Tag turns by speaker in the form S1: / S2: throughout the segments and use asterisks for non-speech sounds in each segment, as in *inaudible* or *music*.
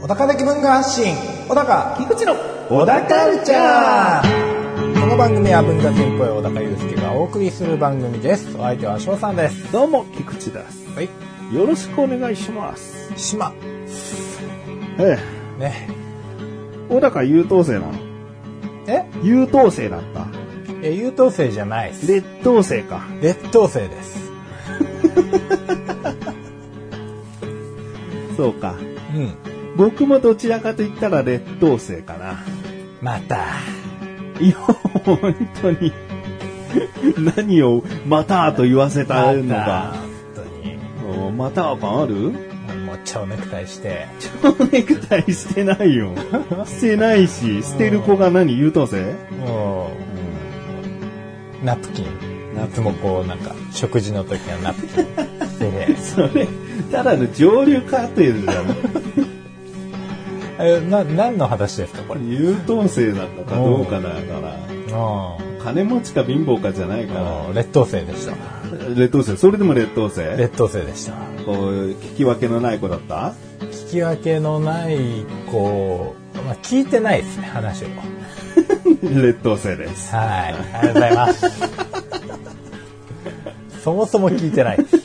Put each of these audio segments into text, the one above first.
S1: 小高的文化発信小高
S2: 菊池の
S1: 小高カルチャーこの番組は文化人っぽい小高祐介がお送りする番組ですお相手は翔さんです
S2: どうも菊池です
S1: はい
S2: よろしくお願いします
S1: 島
S2: ええ
S1: ね
S2: 小高優等生なの
S1: え
S2: 優等生だった
S1: え優等生じゃないです
S2: 劣等生か
S1: 劣等生です
S2: そうか
S1: うん
S2: 僕もどちらかと言ったら劣等生かな
S1: また
S2: いや本当に何をまたと言わせたのか
S1: また本当に
S2: おまた感ある
S1: もう蝶ネクタイして
S2: 蝶ネクタイしてないよ *laughs* してないし捨てる子が何優等生
S1: もうナプキンいつもこうなんか食事の時はナプキン *laughs* で
S2: それただの上流カーテルだろ
S1: えな何の話ですかこ *laughs* れ
S2: 優等生だったかどうかだから
S1: あ
S2: 金持ちか貧乏かじゃない
S1: あ
S2: か
S1: もう劣等生でした
S2: ら劣等生それでも劣等生
S1: 劣等生でした
S2: こう聞き分けのない子だった *laughs*
S1: 聞き分けのない子、まあ、聞いてないですね話を
S2: 劣等生です
S1: はいありがとうございますそもそも聞いてないです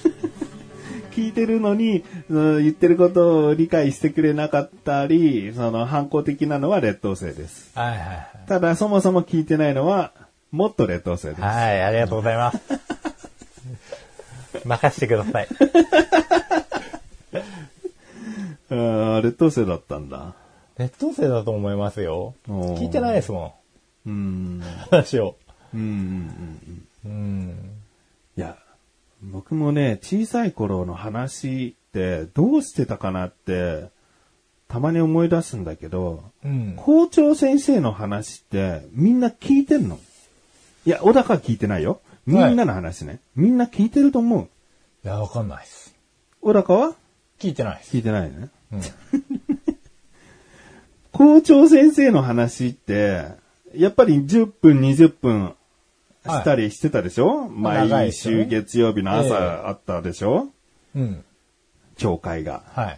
S2: 聞いてるのにその言ってることを理解してくれなかったりその反抗的なのは劣等生です
S1: はいはいはい
S2: ただそもそも聞いてないのはもっと劣等生です
S1: はい、ありがとうございます。任してください。
S2: ああ、劣等生だったんだ。
S1: 劣等生だと思いますよ。
S2: おー
S1: 聞いてないですも
S2: うーん。
S1: ん、話を。
S2: うんうん
S1: う
S2: うん。
S1: ん。
S2: いや、僕もね、小さい頃の話ってどうしてたかなって、たまに思い出すんだけど、
S1: うん。
S2: 校長先生の話ってみんな聞いてんのいや、小高は聞いてないよ。みんなの話ね。みんな聞いてると思う。
S1: いや、わかんないです。
S2: 小高は
S1: 聞いてないです。
S2: 聞いてないね。
S1: うん
S2: *laughs* 校長先生の話って、やっぱり10分、20分したりしてたでしょ、
S1: 長い
S2: 毎
S1: ですよね
S2: 週月曜日の
S1: ええ
S2: 朝あったでしょ、
S1: うん。
S2: 教会が。
S1: は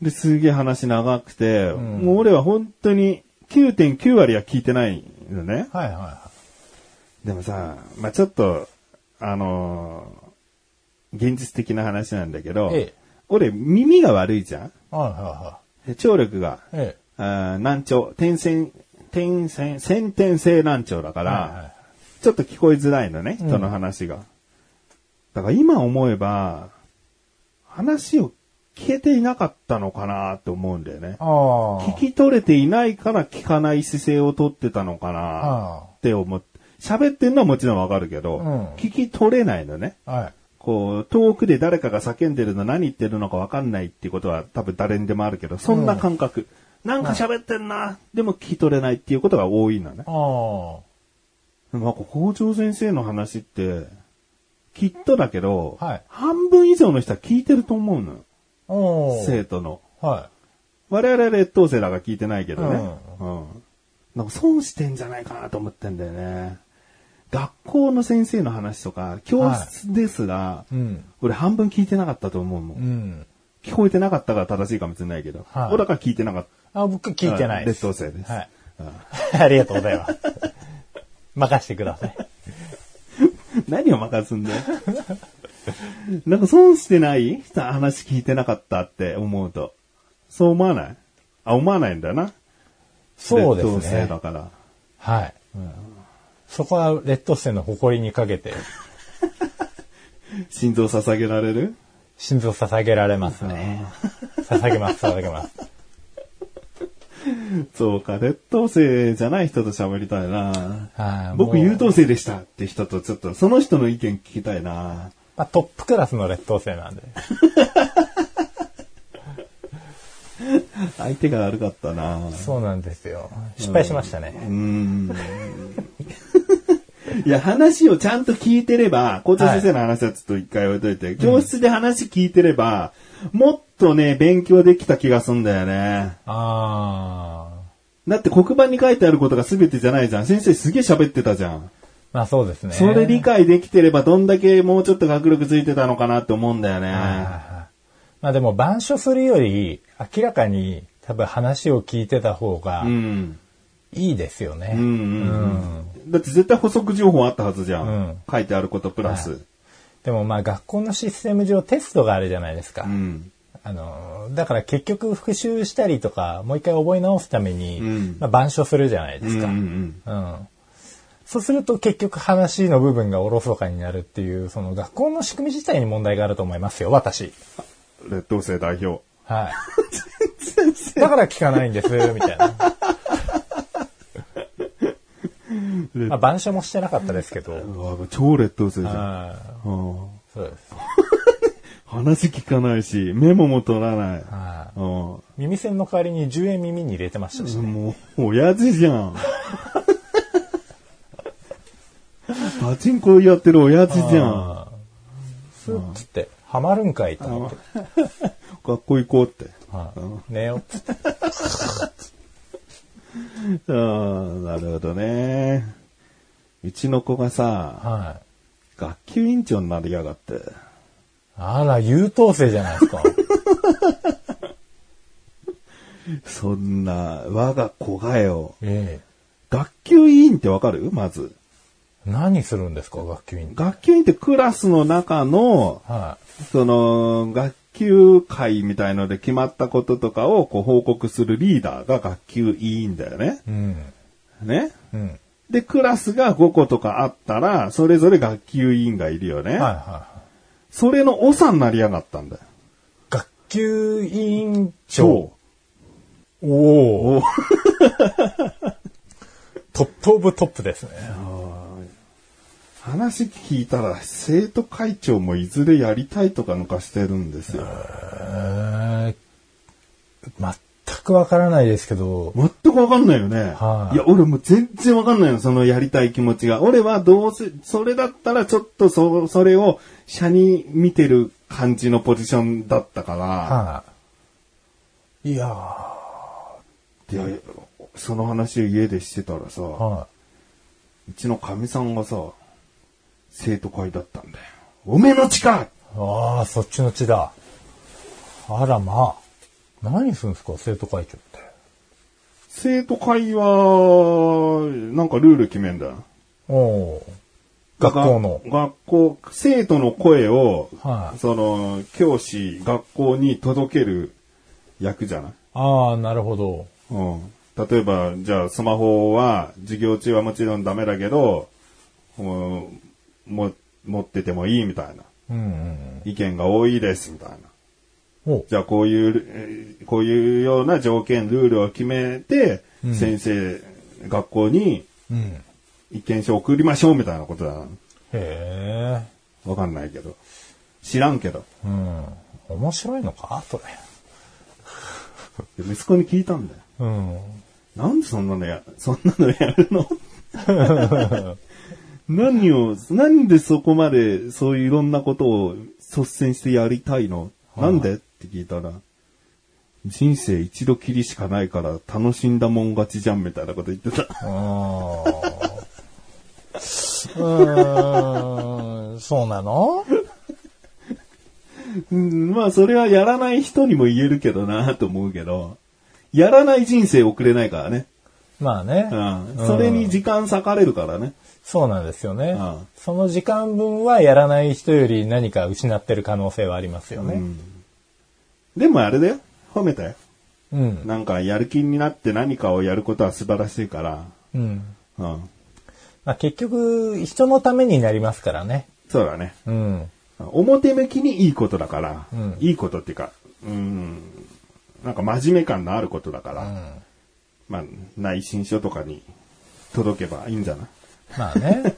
S1: い。
S2: で、すげえ話長くて、
S1: ん
S2: もう俺は本当に9.9割は聞いてないのね。
S1: はいはいは
S2: でもさ、まあちょっと、あのー現実的な話なんだけど、
S1: ええ
S2: 俺耳が悪いじゃん
S1: い。はいは
S2: で聴力が
S1: いはい。え
S2: あー難聴、点線、点線、先天性難聴だか
S1: え。
S2: ら、
S1: はいはい
S2: ちょっと聞こえづらいのね、
S1: うん
S2: 人の話が。だから今思えば、話を聞けていなかったのかなって思うんだよね。
S1: ああ。
S2: 聞き取れていないから聞かない姿勢をとってたのかな
S1: あ
S2: って思って、喋ってんのはもちろんわかるけど、
S1: うん
S2: 聞き取れないのね。
S1: あ。はい。
S2: こう、遠くで誰かが叫んでるの何言ってるのか分かんないっていうことは多分誰にでもあるけど、そんな感覚。なんか喋ってんな、でも聞き取れないっていうことが多いのね。
S1: ああ。
S2: なんか校長先生の話って、きっとだけど、
S1: はい
S2: 半分以上の人は聞いてると思うのよ。
S1: お
S2: 生徒の。
S1: は
S2: 我々劣等生らが聞いてないけどね。うん。なんか損してんじゃないかなと思ってんだよね。学校の先生の話とか、教室ですが、
S1: い。うん。
S2: 俺半分聞いてなかったと思うもん。
S1: うん。
S2: 聞こえてなかったから正しいかもしれないけど。
S1: はい
S2: 俺だから聞いてなかっ
S1: あ、僕聞いてないです。
S2: あ劣等生です
S1: はい。
S2: た。
S1: *laughs* ありがとうございます。任してください。
S2: 何を任すんだよ。 *laughs* なんか損してない人の話聞いてなかったって思うと。そう思わないあ、思わないんだな。
S1: そうですね。
S2: 劣等生だから。
S1: はい。そこは劣等生の誇りにかけて、
S2: 心臓捧げられる
S1: 心臓捧げられますね。捧げます、捧げます。
S2: *laughs* そうか、劣等生じゃない人と喋りたいな。
S1: はいも
S2: 僕
S1: う
S2: 優等生でしたって人とちょっと、その人の意見聞きたいな。
S1: まあ、トップクラスの劣等生なんで。
S2: 相手が悪かったな。
S1: そうなんですよ。失敗しましたね。
S2: うーんいや、話をちゃんと聞いてれば、校長先生の話はちょっと一回置いといて、教室で話聞いてれば、もっとね、勉強できた気がすんだよね。
S1: あ
S2: だって黒板に書いてあることが全てじゃないじゃん。先生すげえ喋ってたじゃん。
S1: まあそうですね。
S2: それ理解できてればどんだけもうちょっと迫力ついてたのかなって思うんだよね。
S1: まあでも、板書するより、明らかに多分話を聞いてた方が
S2: うん。
S1: いいですよね。
S2: うんうんうん。だって絶対補足情報あったはずじゃん。
S1: うん
S2: 書いてあることプラス。
S1: でもまあ学校のシステム上テストがあるじゃないですか。
S2: うん。
S1: あの、だから結局復習したりとか、もう一回覚え直すために、
S2: うん
S1: まあ板書するじゃないですか。
S2: うんうん
S1: うんそうすると結局話の部分がおろそかになるっていう、その学校の仕組み自体に問題があると思いますよ、私。
S2: うん。劣等生代表。
S1: はい。だから聞かないんです、みたいな。まあ、板書もしてなかったですけど。
S2: うわ超劣等生じゃん。
S1: はい
S2: うん
S1: そうです。
S2: 話聞かないし、メモも取らない。
S1: は
S2: うんも
S1: 耳栓の代わりに10円耳に入れてましたしね。
S2: う、親父じゃ *laughs* ん。パチンコやってる親父じゃん。
S1: あースッつって、ハマるんかいと思って。
S2: 学校行こうって。
S1: はい寝ようっつって。
S2: あーなるほどね。うちの子がさ、
S1: はい。
S2: 学級委員長になりやがって。
S1: あら、優等生じゃないですか。
S2: そんな、我が子がよ。
S1: ええ
S2: 学級委員ってわかるまず。
S1: 何するんですか、学級委員って。
S2: 学級委員ってクラスの中の、
S1: は
S2: その、学級会みたいので決まったこととかをこう報告するリーダーが学級委員だよね。
S1: い。うん。
S2: ね。
S1: うん。
S2: で、クラスが5個とかあったら、それぞれ学級委員がいるよね。
S1: はいはいはい。
S2: それの長になりやがったんだよ。
S1: 学級委員長。
S2: 超。
S1: おお。
S2: お
S1: トップオブトップですね。
S2: 話聞いたら、生徒会長もいずれやりたいとか抜かしてるんですよ。
S1: え全くわからないですけど、
S2: 全くわかんないよね。
S1: はい
S2: いや、俺もう全然わかんないの、そのやりたい気持ちが。俺はどうせ、それだったらちょっとそ、それを、社に見てる感じのポジションだったから、
S1: はい。いやー
S2: いや、その話を家でしてたらさ、
S1: は
S2: うちのかみさんがさ、生徒会だったんだよ。おめえの力
S1: い。ああ、そっちの血だ。あら、まあ。何するんですか、生徒会長って。
S2: 生徒会は、なんかルール決めんだよ。
S1: おおー。学校の。
S2: 学校、生徒の声を、
S1: はい
S2: その、教師、学校に届ける役じゃない
S1: ああ、なるほど。
S2: うん。例えば、じゃあ、スマホは、授業中はもちろんダメだけど、うんも、持っててもいいみたいな。
S1: うん
S2: 意見が多いです、みたいな。
S1: うん。お
S2: じゃあ、こういう、えーこういうような条件、ルールを決めて、
S1: うん
S2: 先生、学校に
S1: うん。へ
S2: 意見書を送りましょう、みたいなことだな。
S1: え。
S2: わかんないけど。知らんけど。
S1: うん。面白いのかそれ。
S2: で息子に聞いたんだよ。
S1: うん。
S2: なんでそんなのや、そんなのやるの何を、なんでそこまでそういういろんなことを率先してやりたいのなんでって聞いたら、人生一度きりしかないから楽しんだもん勝ちじゃんみたいなこと言ってた。 *laughs*
S1: う *laughs* ーん。うーん。そうなの
S2: うん、まあそれはやらない人にも言えるけどなと思うけど、やらない人生送れないからね。
S1: まあね。
S2: うん。それに時間割かれるからね。
S1: そうなんですよね
S2: うん。
S1: その時間分はやらない人より何か失ってる可能性はありますよ
S2: う
S1: ね。
S2: ん。でもあれだよ。褒めたよ。
S1: うん。
S2: なんか、やる気になって何かをやることは素晴らしいから。
S1: うん。
S2: うん。
S1: まあ結局、人のためになりますからね。
S2: そうだね。
S1: うん。
S2: 表向きにいいことだから。
S1: うん
S2: いいことっていうか、うん。なんか真面目感のあることだから。
S1: うん
S2: まあ、内申書とかに届けばいいんじゃない *laughs*
S1: まあね。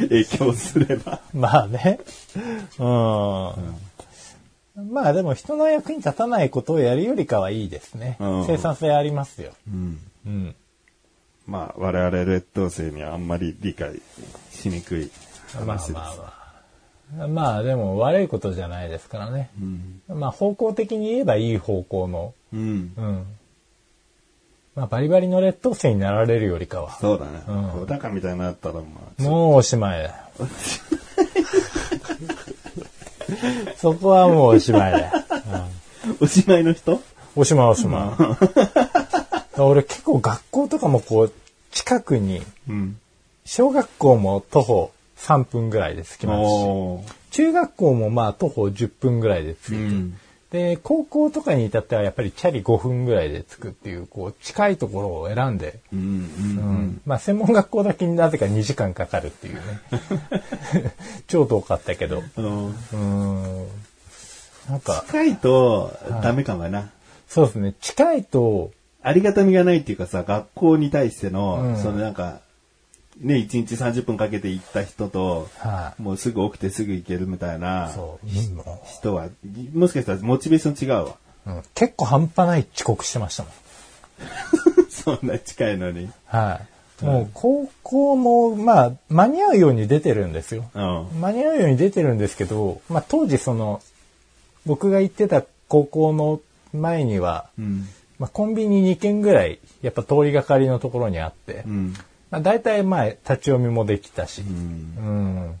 S2: 影響すれば。
S1: まあね。うん。まあでも人の役に立たないことをやるよりかはいいですね
S2: うん。
S1: 生産性ありますよ。
S2: うん。
S1: うん。
S2: まあ、我々劣等生にはあんまり理解しにくい
S1: まあま
S2: 話です。
S1: あまあ。まあでも悪いことじゃないですからね。まあ方向的に言えばいい方向の、
S2: うん。
S1: うん。まあ、バリバリの劣等生になられるよりかは。
S2: そうだね。
S1: うん
S2: 小高みたいになったら、まあ、
S1: もうおし
S2: *laughs*
S1: まいだよ。そこはもうおしまいだよ。
S2: おしまいの人
S1: おしまいおしまい。だから俺結構学校とかもこう、近くに、
S2: うん。
S1: 小学校も徒歩3分ぐらいで着きますし、
S2: おー
S1: 中学校もまあ徒歩10分ぐらいで着く。
S2: うん。
S1: で、高校とかに至ってはやっぱりチャリ5分ぐらいで着くっていう、こう、近いところを選んで、
S2: うん。う。
S1: うんん、まあ専門学校だけになぜか2時間かかるっていう *laughs* ね。超遠かったけど。
S2: あのー
S1: うーん。なんか、
S2: 近いと、ダメかもな。
S1: そうですね。近いと、
S2: ありがたみがないっていうかさ、学校に対しての、
S1: うん
S2: そのなんか、ね、1日30分かけて行った人と、
S1: はい、
S2: もうすぐ起きてすぐ行けるみたいな
S1: そう、いいの、
S2: 人は、もしかしたらモチベーション違うわ。 *laughs*
S1: うん。結構半端ない遅刻してましたもん。
S2: そんな近いのに。
S1: はい、もう高校も、まあ、間に合うように出てるんですよ。
S2: うん。
S1: 間に合うように出てるんですけど、まあ当時その、僕が行ってた高校の前には、
S2: うん。
S1: まあコンビニ2軒ぐらい、やっぱ通りがかりのところにあって、
S2: うん。
S1: まあ大体まあ立ち読みもできたし、
S2: うん。
S1: うん。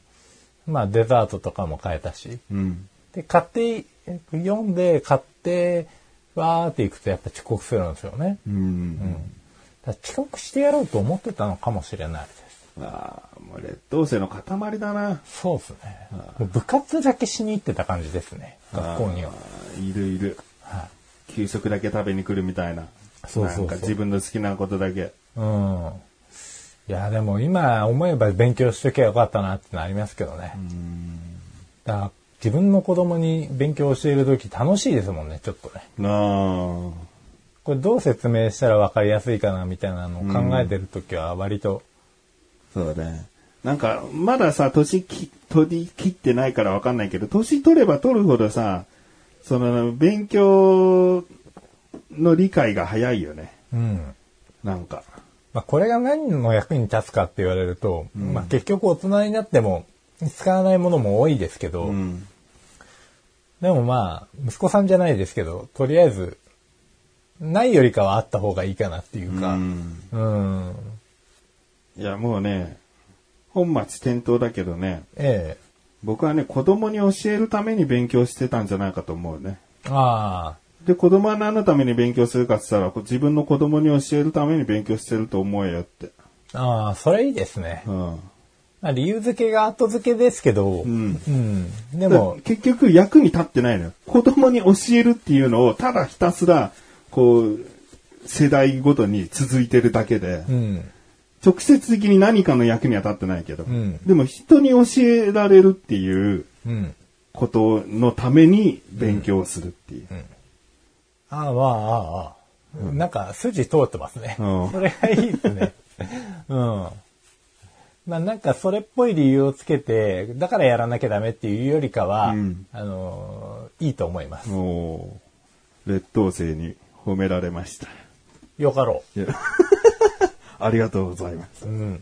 S1: まあデザートとかも買えたし。
S2: うん。
S1: で、買って、読んで買って、わーっていくとやっぱ遅刻するんですよね。
S2: うん。
S1: だから遅刻してやろうと思ってたのかもしれないです。
S2: ああ、もう劣等生の塊だな。
S1: そうですね。もう部活だけしに行ってた感じですね。学校には。
S2: あーいるいる。
S1: は
S2: 給食だけ食べに来るみたいな。
S1: そうそうそう
S2: なんか自分の好きなことだけ。
S1: い。うん。いや、でも今思えば勉強しときゃよかったなってなりますけどね。だから自分の子供に勉強を教えるとき楽しいですもんね、ちょっとね。
S2: なあ。
S1: これどう説明したら分かりやすいかなみたいなのを考えてる時は割と、
S2: そうだね。なんか、まださ、年き、取り切ってないからわかんないけど、年取れば取るほどさ、その、勉強の理解が早いよね。
S1: うん
S2: なんか。
S1: まあ、これが何の役に立つかって言われると、まあ、結局大人になっても使わないものも多いですけど、
S2: うん。
S1: でもまあ息子さんじゃないですけどとりあえずないよりかはあった方がいいかなっていうか、
S2: う
S1: うん
S2: ん
S1: うん
S2: いや、もうね、本末転倒だけどね、
S1: ええ
S2: 僕はね、子供に教えるために勉強してたんじゃないかと思うね。
S1: ああ
S2: で、子供は何のために勉強するかって言ったら、こう自分の子供に教えるために勉強してると思えよって。
S1: ああそれいいですね、
S2: うん。
S1: まあ、理由付けが後付けですけど、
S2: ん
S1: うんで
S2: でも
S1: も、
S2: 結局役に立ってないのよ。子供に教えるっていうのを、ただひたすら、こう、世代ごとに続いてるだけで、
S1: うん
S2: 直接的に何かの役には立ってないけど、
S1: ん
S2: でも人に教えられるっていう
S1: うん
S2: ことのために勉強するっていう。
S1: ああ、まあ、ああ、ああなんか筋通ってますね。
S2: うん
S1: それがいいです
S2: *laughs*
S1: ね。うん。まあなんかそれっぽい理由をつけて、だからやらなきゃダメっていうよりかは、
S2: うん
S1: あのーいいと思います。
S2: もう、劣等生に褒められました。
S1: よかろ
S2: いや *laughs* ありがとうございます。
S1: う。うん。い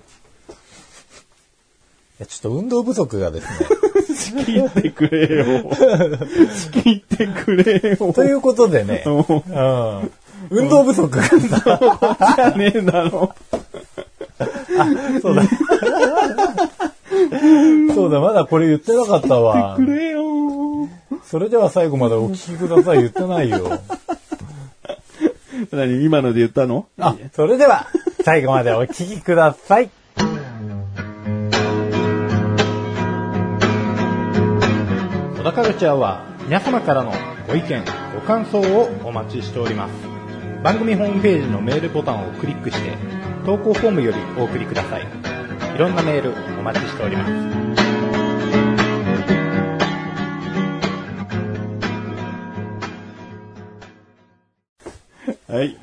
S1: やちょっと運動不足がです
S2: *laughs*
S1: ね。
S2: 仕切ってくれ *laughs* よ。仕切ってくれよ。
S1: ということでね、うん。
S2: もう
S1: 運動不足がさ、
S2: じゃねえだろ。
S1: そうだ。そうだ、まだこれ言ってなかったわ。
S2: くれよ。
S1: それでは最後までお聞きください。言って *laughs* ないよ。
S2: *laughs* 何今ので言ったの
S1: あ、それでは、最後までお聞きください。小田カルチャーは、皆様からのご意見、ご感想をお待ちしております。番組ホームページのメールボタンをクリックして、投稿フォームよりお送りください。いろんなメールお待ちしております。
S2: はい。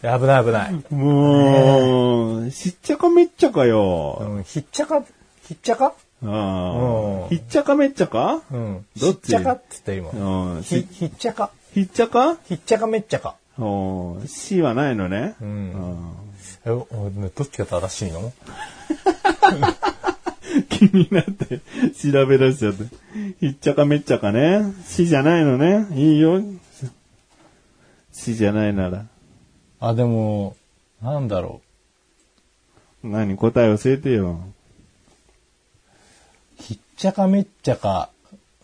S1: 危ない危ない。
S2: もう、しっちゃかめっちゃかよ。
S1: うん、ひっちゃか、ひっちゃか
S2: あ
S1: うん
S2: あ。ひっちゃかめっちゃか
S1: うん。
S2: どっち
S1: ひっちゃかっつって今。
S2: うん
S1: ひ、ひっちゃか。
S2: ひっちゃか
S1: ひっちゃかめっちゃか。
S2: うん。C はないのね。
S1: んえ、おどっちが正しいの
S2: うん *laughs* 気になって、調べ出しちゃって。ひっちゃかめっちゃかね。C じゃないのね。いいよ。C じゃないなら。
S1: あ、でも、なんだろ
S2: 何答え教えてよ。
S1: う。ひっちゃかめっちゃか、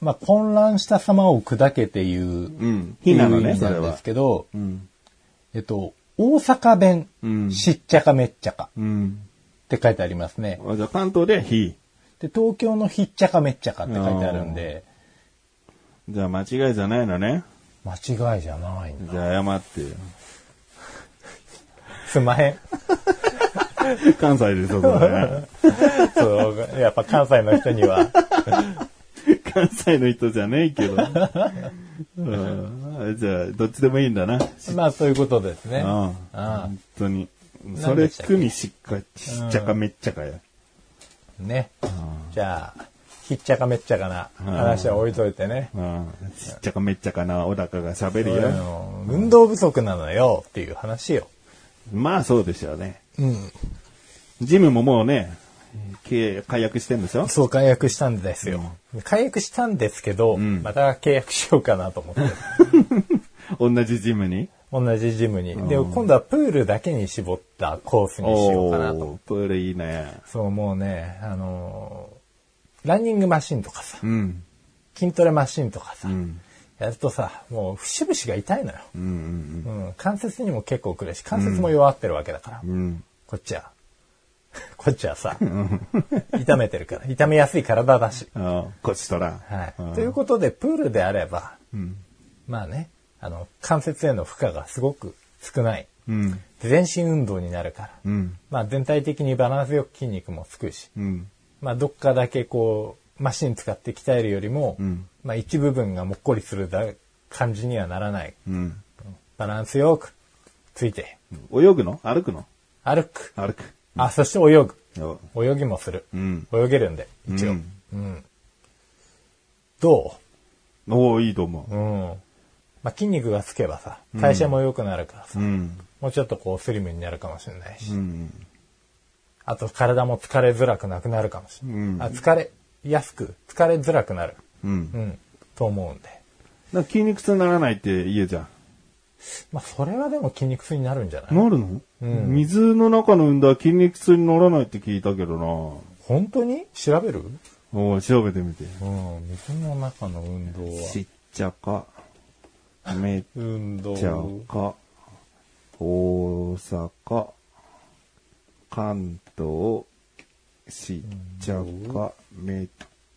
S1: まあ、混乱した様を砕けて言う、
S2: うん。ひなの
S1: いう意
S2: ね、
S1: 味
S2: それ
S1: なんで
S2: は
S1: す。けど、
S2: うん。
S1: えっと、大阪弁、
S2: うん
S1: しっちゃかめっちゃか
S2: うん。
S1: って書いてありますね。
S2: あじゃあ関東でひ。
S1: で、東京のひっちゃかめっちゃかって書いてあるんで、
S2: じゃあ間違いじゃないのね。
S1: 間違いじゃないんだ。
S2: じゃあ謝ってよ。
S1: *laughs* すんまへん。
S2: 関西でしょ、それね。
S1: そう、やっぱ関西の人に *laughs* は。
S2: 関西の人じゃねえ
S1: *laughs*
S2: けど。うんじゃあ、どっちでもいいんだな。
S1: まあそういうことですね。
S2: ああ
S1: あ
S2: 本当に。
S1: したっけ
S2: それ、くにしっか、ちっちゃかめっちゃかや。
S1: あね。じゃあ、ひっちゃかめっちゃかな話は置いといてね。
S2: うんちっちゃかめっちゃかな、小高が喋る
S1: そういう
S2: よ。
S1: の運動不足なのよっていう話よ。
S2: まあ、そうでしょうね。
S1: うん。
S2: ジムももうね、契解約してんでしょ
S1: そう解約したんですよ。解約したんですけど、
S2: ん
S1: また契約しようかなと思って。
S2: 同じジムに。
S1: 同じジムに。で、今度はプールだけに絞ったコースにしようかなと。
S2: おー、プールいいね。
S1: そう、もうね、あのーランニングマシンとかさ、
S2: うん。
S1: 筋トレマシンとかさ、
S2: うん。
S1: やるとさ、もう節々が痛いのよ。
S2: うんうん
S1: うん、関節にも結構くるし、関節も弱ってるわけだから、
S2: うん。うん。
S1: こっちは。 *laughs* こっちはさ、痛めてるから、痛めやすい体だし。
S2: ああ、こっちとら。
S1: はい。
S2: うん
S1: ということで、プールであれば、
S2: うん。
S1: まあね、あの、関節への負荷がすごく少ない。
S2: うん。
S1: 全身運動になるから。
S2: うん。
S1: まあ全体的にバランスよく筋肉もつくし、
S2: うん。
S1: まあどっかだけこう、マシン使って鍛えるよりも、
S2: うん
S1: まあ一部分がもっこりするだ感じにはならない。
S2: うん。
S1: バランスよくついて、
S2: 泳ぐの歩くの
S1: 歩く。
S2: 歩く。
S1: あ、そして泳ぐ。
S2: お
S1: 泳ぎもする。
S2: うん
S1: 泳げるんで、一応。
S2: う
S1: うんん。ど
S2: おーいいと思
S1: ううん。まあ、筋肉がつけばさ、代謝も良くなるからさ、
S2: う。うん。
S1: もうちょっとこうスリムになるかもしれないし、
S2: うん。
S1: あと体も疲れづらくなくなるかもしれない。
S2: うん
S1: あ疲れやすく、疲れづらくなる。
S2: うん。だ
S1: う
S2: か
S1: ん。と思うんで。
S2: ら筋肉痛にならないって言うじゃん。
S1: まあ、それはでも筋肉痛になるんじゃない
S2: なるの、水の中の運動は筋肉痛にならないって聞いたけどな。
S1: 本当に調べる
S2: おー調べてみて。
S1: うん。水の中の運動は。
S2: ちっちゃか。めっ
S1: 運動。
S2: ちゃか。大阪。関東。ちっちゃか。めっ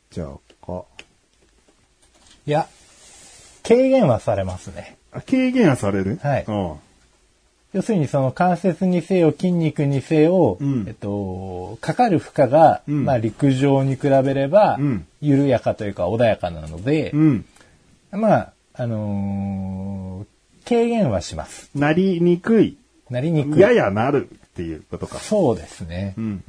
S2: ちゃか。
S1: いや、軽減はされますね。
S2: あ軽減はされる
S1: はい
S2: うん。
S1: 要するにその関節にせよ筋肉にせよ、
S2: うん
S1: えっと、かかる負荷が、
S2: うん
S1: まあ陸上に比べれば
S2: うん、
S1: 緩やかというか穏やかなので
S2: う、ん。
S1: まあ、あのー軽減はします。
S2: なりにくい。
S1: なりにくい。
S2: ややなるっていうことか。
S1: そうですね。
S2: うん。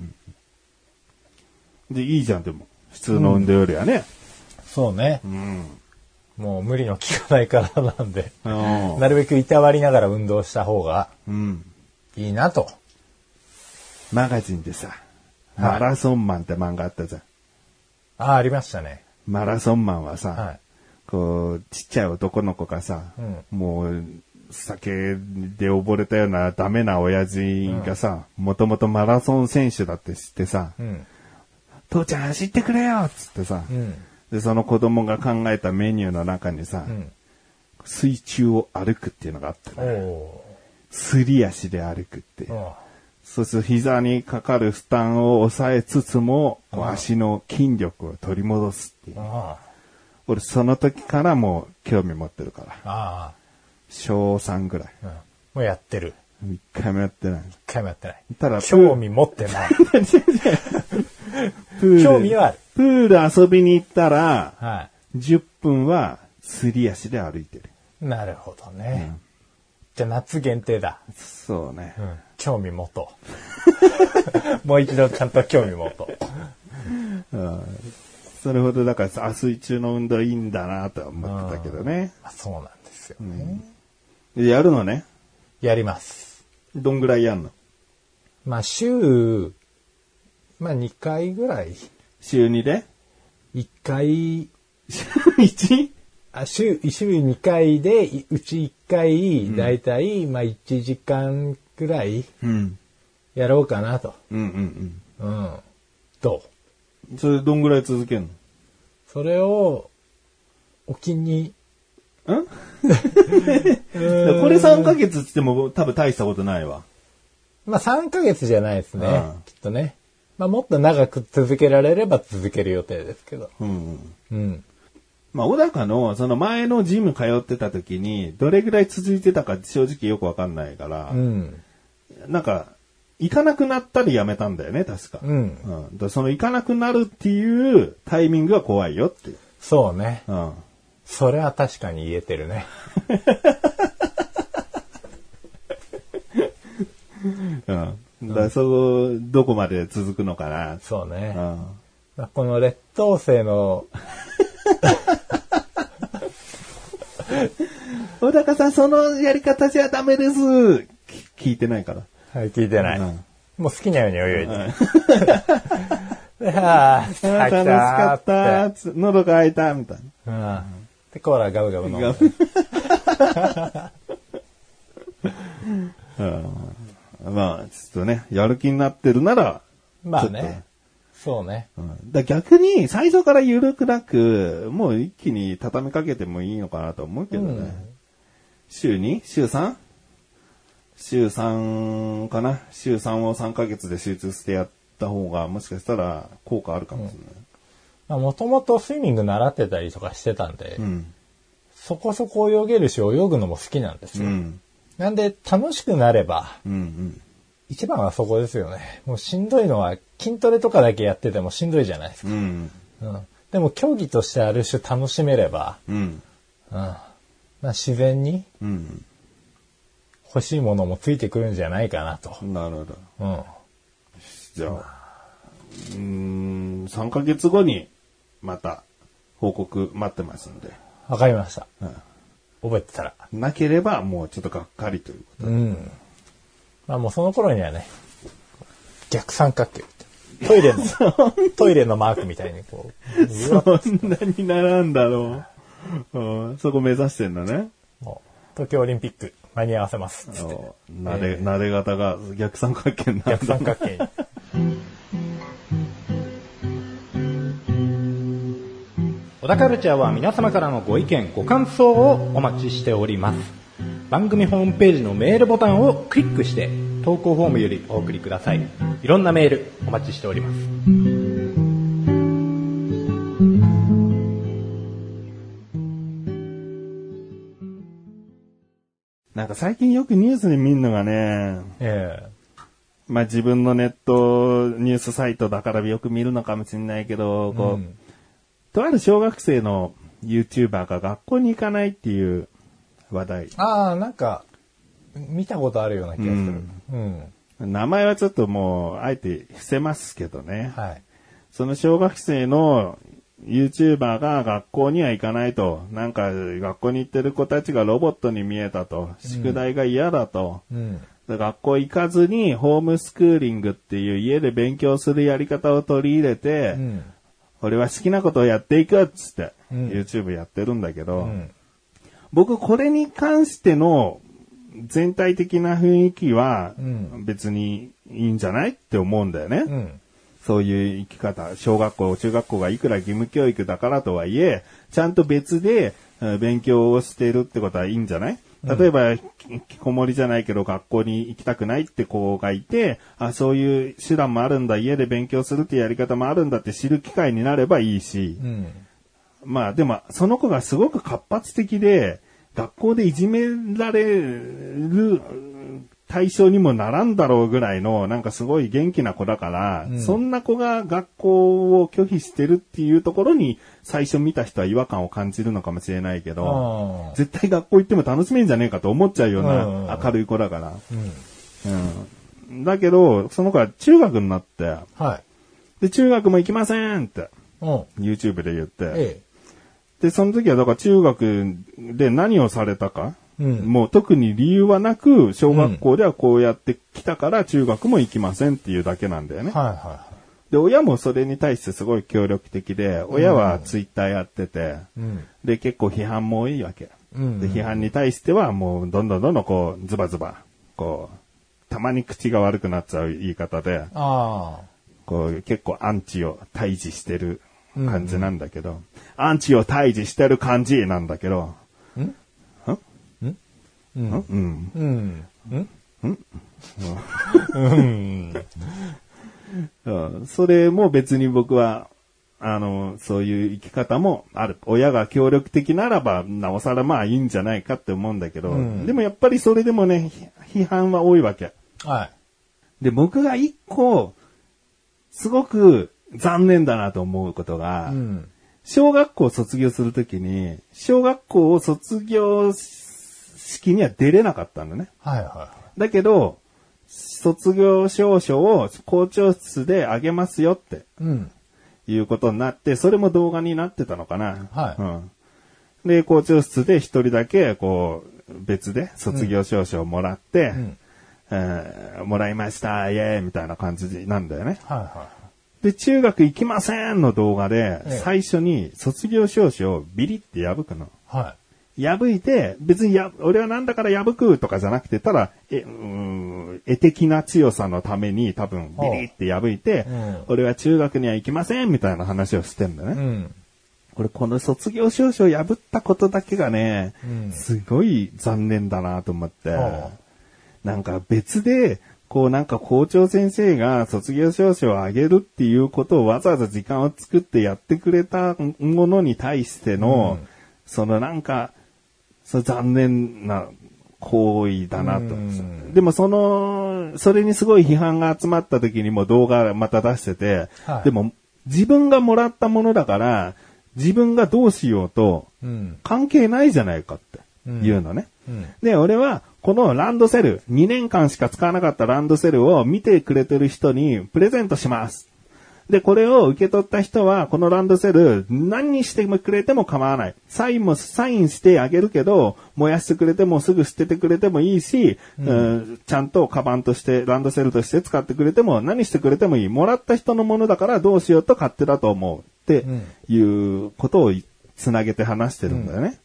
S2: で、いいじゃん、でも。普通の運動よりはね。
S1: そうね。
S2: うん。
S1: もう無理の効かない体なんで、
S2: うん
S1: なるべくいたわりながら運動した方が
S2: うん。
S1: いいなと。
S2: マガジンでさ、
S1: は
S2: マ
S1: い
S2: ラソンマンって漫画あったじゃん。
S1: ああ、ありましたね。
S2: マラソンマンはさ、
S1: はい
S2: こう、ちっちゃい男の子がさ、
S1: うん
S2: もう、酒で溺れたようなダメな親父がさ、もともとマラソン選手だって知ってさ、
S1: うん。
S2: 父ちゃん走ってくれよっつってさ、
S1: うん。
S2: で、その子供が考えたメニューの中にさ、
S1: うん。
S2: 水中を歩くっていうのがあった
S1: お
S2: ね。
S1: お
S2: すり足で歩くって。
S1: ー。うん
S2: そうすると膝にかかる負担を抑えつつも、こう足の筋力を取り戻すっていう。
S1: あ
S2: 俺その時からもう興味持ってるから。
S1: あ。あ
S2: 小3ぐらい。
S1: あ。うん。もうやってる。
S2: 一回もやってない。
S1: 一回もやってない。
S2: ただ
S1: 興味持ってない。
S2: プール。
S1: 興味はある
S2: プール遊びに行ったら、
S1: は
S2: 10分はすり足で歩いてる。
S1: い。なるほどね。じゃあ夏限定だ。
S2: そうね。
S1: うん。興味持とう。 *laughs* もう一度ちゃんと興味持とう。
S2: それほどだからさ、あ水中の運動いいんだなとは思ってたけどね。
S1: あそうなんですよ、
S2: でやるのね。
S1: やります。
S2: どんぐらいやんの
S1: まあ週、まあ2回ぐらい。
S2: 週2で
S1: 1回、
S2: 1?
S1: あ週、週2回で、いうち1回、だいたい、まあ1時間くらい
S2: うん。
S1: やろうかなと。
S2: うんうん
S1: うん。と。
S2: うん。それどんぐらい続けん
S1: それを、お気に、
S2: のんこれ3ヶ月っつっても多分大したことないわ。
S1: まあ3ヶ月じゃないですね
S2: うん。
S1: きっとね。まあもっと長く続けられれば続ける予定ですけど。
S2: うんうん。
S1: うん。
S2: まあ、小高の、その前のジム通ってた時に、どれぐらい続いてたか正直よくわかんないから
S1: う、ん。
S2: なんか、行かなくなったりやめたんだよね、確か。
S1: うん
S2: だからその行かなくなるっていうタイミングが怖いよっていう。
S1: そうね。
S2: うん。
S1: それは確かに言えてるね。
S2: うん。だからそこ、どこまで続くのかな。
S1: そうね。
S2: うん。
S1: まあ、この劣等生の、
S2: 小高さん、そのやり方じゃダメです。き聞いてないから。
S1: はい、聞いてない。
S2: うん
S1: もう好きなように泳い *laughs* で。あー
S2: あー楽しか
S1: 飽
S2: っ。
S1: き
S2: た
S1: って
S2: つ喉が開いたみ *laughs* たい
S1: うん。で、コーラガブガブ飲
S2: な
S1: む。。
S2: うんまあ、ちょっとね、やる気になってるなら、
S1: まあね。そうね。
S2: うんだ逆に最初から緩くなく、もう一気に畳みかけてもいいのかなと思うけどね。週 2? 週 3? 週3かな週3を3ヶ月で集中してやった方が、もしかしたら効果あるかもしれない。
S1: まあ、もともとスイミング習ってたりとかしてたんで、
S2: うん。
S1: そこそこ泳げるし、泳ぐのも好きなんです
S2: う
S1: よ。
S2: ん。
S1: なんで、楽しくなれば、
S2: うん。うん。
S1: 一番はそこですよね。もうしんどいのは、筋トレとかだけやっててもしんどいじゃないです
S2: う
S1: か。
S2: ん。
S1: うん。でも、競技としてある種楽しめれば、
S2: うん。
S1: うん。まあ、自然に
S2: うん。
S1: 欲しいものもついてくるんじゃないかなと。
S2: なるほど。
S1: うん。
S2: じゃあ、うーん、3ヶ月後に、また、報告待ってますんで。
S1: わかりました。
S2: うん
S1: 覚えてたら。
S2: なければ、もうちょっとがっかりということ。
S1: うん。まあもうその頃にはね、逆三角形って。トイ
S2: *laughs*
S1: レの、トイレのマークみたいにこう、うわ
S2: そんなに並んだろう。うんそこ目指してんだね。
S1: もう東京オリンピック間に合わせますっつって。
S2: なで、なで方が逆三角形にな
S1: 逆
S2: んだ
S1: 三。角形に。
S3: 小田カルチャーは皆様からのご意見、ご感想をお待ちしております。番組ホームページのメールボタンをクリックして、投稿フォームよりお送りください。いろんなメールお待ちしております。
S2: なんか最近よくニュースで見るのがね、
S1: え
S2: まあ自分のネットニュースサイトだからよく見るのかもしれないけど、
S1: え
S2: こう、
S1: うん
S2: とある小学生の YouTuber が学校に行かないっていう話題。
S1: ああ、なんか、見たことあるような気がする。うん。
S2: 名前はちょっともう、あえて伏せますけどね。
S1: はい。
S2: その小学生の YouTuber が学校には行かないと。なんか、学校に行ってる子たちがロボットに見えたと。宿題が嫌だと。
S1: うん。
S2: で学校行かずに、ホームスクーリングっていう家で勉強するやり方を取り入れて、
S1: うん。
S2: 俺は好きなことをやっていくっつって、
S1: うん
S2: YouTube やってるんだけど、
S1: うん。
S2: 僕これに関しての全体的な雰囲気は
S1: うん
S2: 別にいいんじゃないって思うんだよね。
S1: うん。
S2: そういう生き方、小学校、中学校がいくら義務教育だからとはいえ、ちゃんと別でえー勉強をしているってことはいいんじゃない例えば、き引きこもりじゃないけど学校に行きたくないって子がいて、あ、そういう手段もあるんだ、家で勉強するってやり方もあるんだって知る機会になればいいし、
S1: うん。
S2: まあでも、その子がすごく活発的で、学校でいじめられる対象にもならんだろうぐらいの、なんかすごい元気な子だから、そんな子が学校を拒否してるっていうところに、最初見た人は違和感を感じるのかもしれないけど、
S1: あ
S2: 絶対学校行っても楽しめんじゃねえかと思っちゃうよう
S1: うん
S2: な明るい子だから。
S1: ーうん。
S2: うん。だけど、その子は中学になって、
S1: はい。
S2: で、中学も行きませんって、
S1: うん。
S2: YouTube で言って、
S1: え
S2: で、その時はだから中学で何をされたか、
S1: うん
S2: もう特に理由はなく、小学校ではこうやって来たから中学も行きませんっていうだけなんだよ
S1: え。
S2: ね。
S1: はいは
S2: で、親もそれに対してすごい協力的で、親はツイッターやってて、
S1: うん。
S2: で、結構批判も多いわけ。
S1: うん
S2: で、批判に対してはもう、どんどんどんどんこう、ズバズバ、こう、たまに口が悪くなっちゃう言い方で、
S1: ああ。
S2: こう、結構アンチを退治してる感じなんだけど、アンチを退治してる感じなんだけど、
S1: うん
S2: んうん。
S1: うん。うん
S2: うんそれも別に僕は、あの、そういう生き方もある。親が協力的ならば、なおさらまあいいんじゃないかって思うんだけど、
S1: うん
S2: でもやっぱりそれでもね、ひ批判は多いわけ。
S1: はい。
S2: で、僕が一個、すごく残念だなと思うことが、
S1: うん。
S2: 小学校を卒業するときに、小学校を卒業式には出れなかったんだね。
S1: はいは
S2: だけど、卒業証書を校長室であげますよって
S1: い。うん。
S2: いうことになって、それも動画になってたのかな。
S1: はい
S2: うん、で、校長室で一人だけ、こう、別で卒業証書をもらって、
S1: ん
S2: えーもらいました、イエーイみたいな感じなんだよね。
S1: はいは
S2: で、中学行きませんの動画で、
S1: ええ
S2: 最初に卒業証書をビリって破くの。
S1: い。は
S2: 破いて、別にや、俺はなんだから破くとかじゃなくて、ただ、え、うーん、絵的な強さのために多分ビリって破いて、
S1: うん
S2: 俺は中学には行きませんみたいな話をしてんだね。
S1: い。うん。
S2: これこの卒業証書を破ったことだけがね、
S1: うん
S2: すごい残念だなと思って、
S1: はあ
S2: なんか別で、こうなんか校長先生が卒業証書をあげるっていうことをわざわざ時間を作ってやってくれたものに対しての、
S1: うん
S2: そのなんか、その残念な行為だなと。
S1: うん
S2: でもその、それにすごい批判が集まった時にも動画また出してて、
S1: はい
S2: でも自分がもらったものだから、自分がどうしようと
S1: うん。
S2: 関係ないじゃないかっていうのね。
S1: うん。
S2: で、俺は、このランドセル、2年間しか使わなかったランドセルを見てくれてる人にプレゼントします。で、これを受け取った人は、このランドセル、何にしてくれても構わない。サインも、サインしてあげるけど、燃やしてくれてもすぐ捨ててくれてもいいし、うんちゃんとカバンとして、ランドセルとして使ってくれても、何してくれてもいい。もらった人のものだからどうしようと勝手だと思う。っていうことをつなげて話してるんだよね。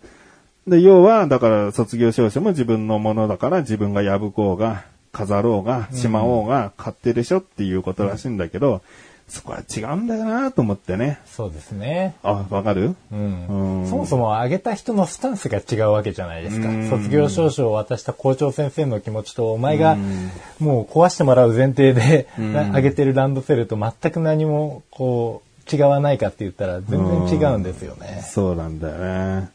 S2: で、要は、だから、卒業証書も自分のものだから、自分が破こうが、飾ろうが、しまおうが、買ってでしょっていうことらしいんだけど、そこは違うんだよなと思ってね。
S1: そうですね。
S2: あ、わかる
S1: うん
S2: うん
S1: そもそもあげた人のスタンスが違うわけじゃないですか
S2: うん。
S1: 卒業証書を渡した校長先生の気持ちと、お前がもう壊してもらう前提で、 *laughs* なあげてるランドセルと全く何もこう、違わないかって言ったら全然違うんですよね。
S2: そうなんだよね。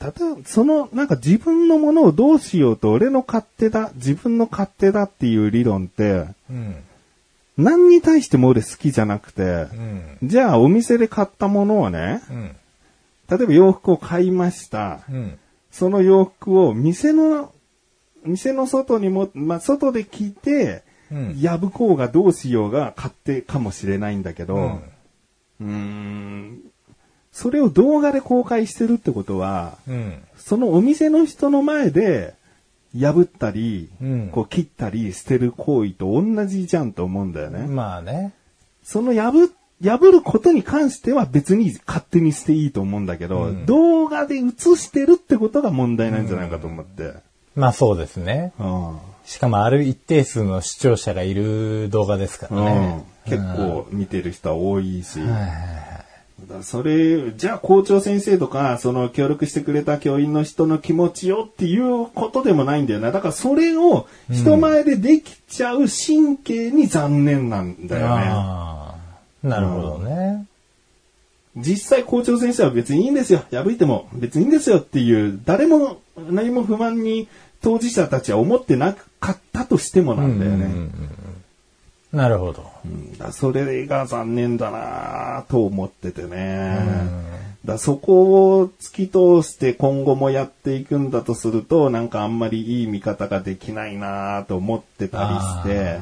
S2: 例えば、その、なんか自分のものをどうしようと、俺の勝手だ、自分の勝手だっていう理論って、
S1: うん。
S2: 何に対しても俺好きじゃなくて
S1: う、ん。
S2: じゃあお店で買ったものをね、
S1: うん。
S2: 例えば洋服を買いました。
S1: うん。
S2: その洋服を店の、店の外にも、まあ、外で着て、
S1: うん
S2: 破こうがどうしようが勝手かもしれないんだけど、
S1: う
S2: うんーん、それを動画で公開してるってことは、
S1: うん。
S2: そのお店の人の前で、破ったり、
S1: うん
S2: こう切ったり捨てる行為と同じじゃんと思うんだよね。
S1: まあね。
S2: その破、破ることに関しては別に勝手にしていいと思うんだけど、
S1: うん
S2: 動画で映してるってことが問題なんじゃないかと思って。
S1: まあそうですね。
S2: うん。
S1: しかもある一定数の視聴者がいる動画ですからね。
S2: 結構見てる人は多いし。
S1: はい
S2: だからそれ、じゃあ校長先生とか、その協力してくれた教員の人の気持ちよっていうことでもないんだよな。だからそれを人前でできちゃう神経に残念なんだよね。
S1: ああなるほどね。
S2: 実際校長先生は別にいいんですよ。破いても別にいいんですよっていう、誰も何も不満に当事者たちは思ってなかったとしてもなんだよね。
S1: うんうんうんなるほど。
S2: だからそれが残念だなぁと思っててね。だからそこを突き通して今後もやっていくんだとすると、なんかあんまりいい見方ができないなぁと思ってたりして、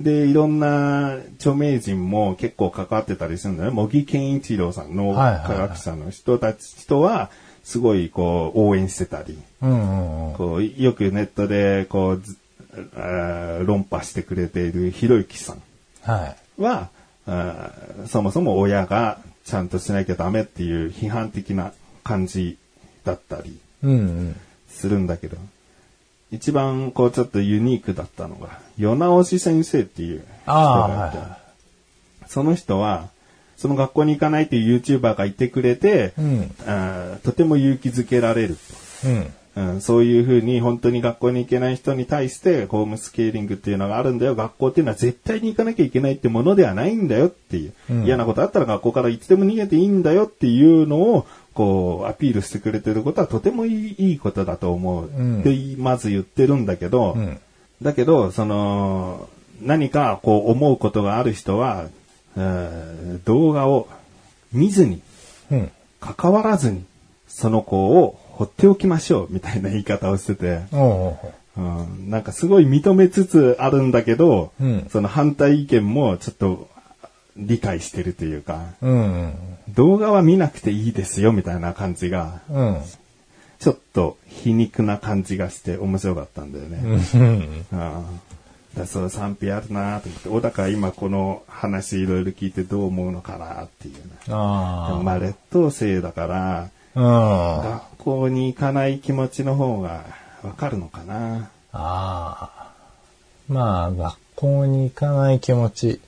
S2: で、いろんな著名人も結構関わってたりするんだよね。茂木健一郎さんの
S1: はいはいはい
S2: 科学者の人たち、人は、すごいこう応援してたり、
S1: うんうんうん。
S2: こうよくネットでこうずあー論破してくれているひろゆきさん。
S1: はい。
S2: は、あーそもそも親がちゃんとしなきゃダメっていう批判的な感じだったり
S1: うんうん。
S2: するんだけど、一番こうちょっとユニークだったのが、世直し先生っていう人がいて、
S1: あーはい
S2: その人は、その学校に行かないっていう YouTuber がいてくれて、
S1: うん
S2: あーとても勇気づけられると。
S1: うん。
S2: うん、そういうふうに本当に学校に行けない人に対してホームスケーリングっていうのがあるんだよ。学校っていうのは絶対に行かなきゃいけないってものではないんだよっていう。
S1: うん
S2: 嫌なことあったら学校からいつでも逃げていいんだよっていうのをこうアピールしてくれてることはとてもいいいいことだと思う。
S1: ん
S2: ってまず言ってるんだけど、
S1: うん。
S2: だけど、その、何かこう思うことがある人は、うん動画を見ずに
S1: うん。
S2: 関わらずに、その子を放っておきましょう、みたいな言い方をしてて、
S1: おうおうおう
S2: うん、なんかすごい認めつつあるんだけど、
S1: うん
S2: その反対意見もちょっと理解してるというか、
S1: うん
S2: 動画は見なくていいですよ、みたいな感じが、
S1: うん。
S2: ちょっと皮肉な感じがして面白かったんだよね。
S1: うん。
S2: ああ。だそう賛否あるなと思って、小高今この話いろいろ聞いてどう思うのかなっていうね。でも
S1: あ
S2: まあ劣等生だから、
S1: あ。うん。あ
S2: 学校に行かない気持ちの方がわかるのかな。
S1: あ。まあ、学校に行かない気持ち。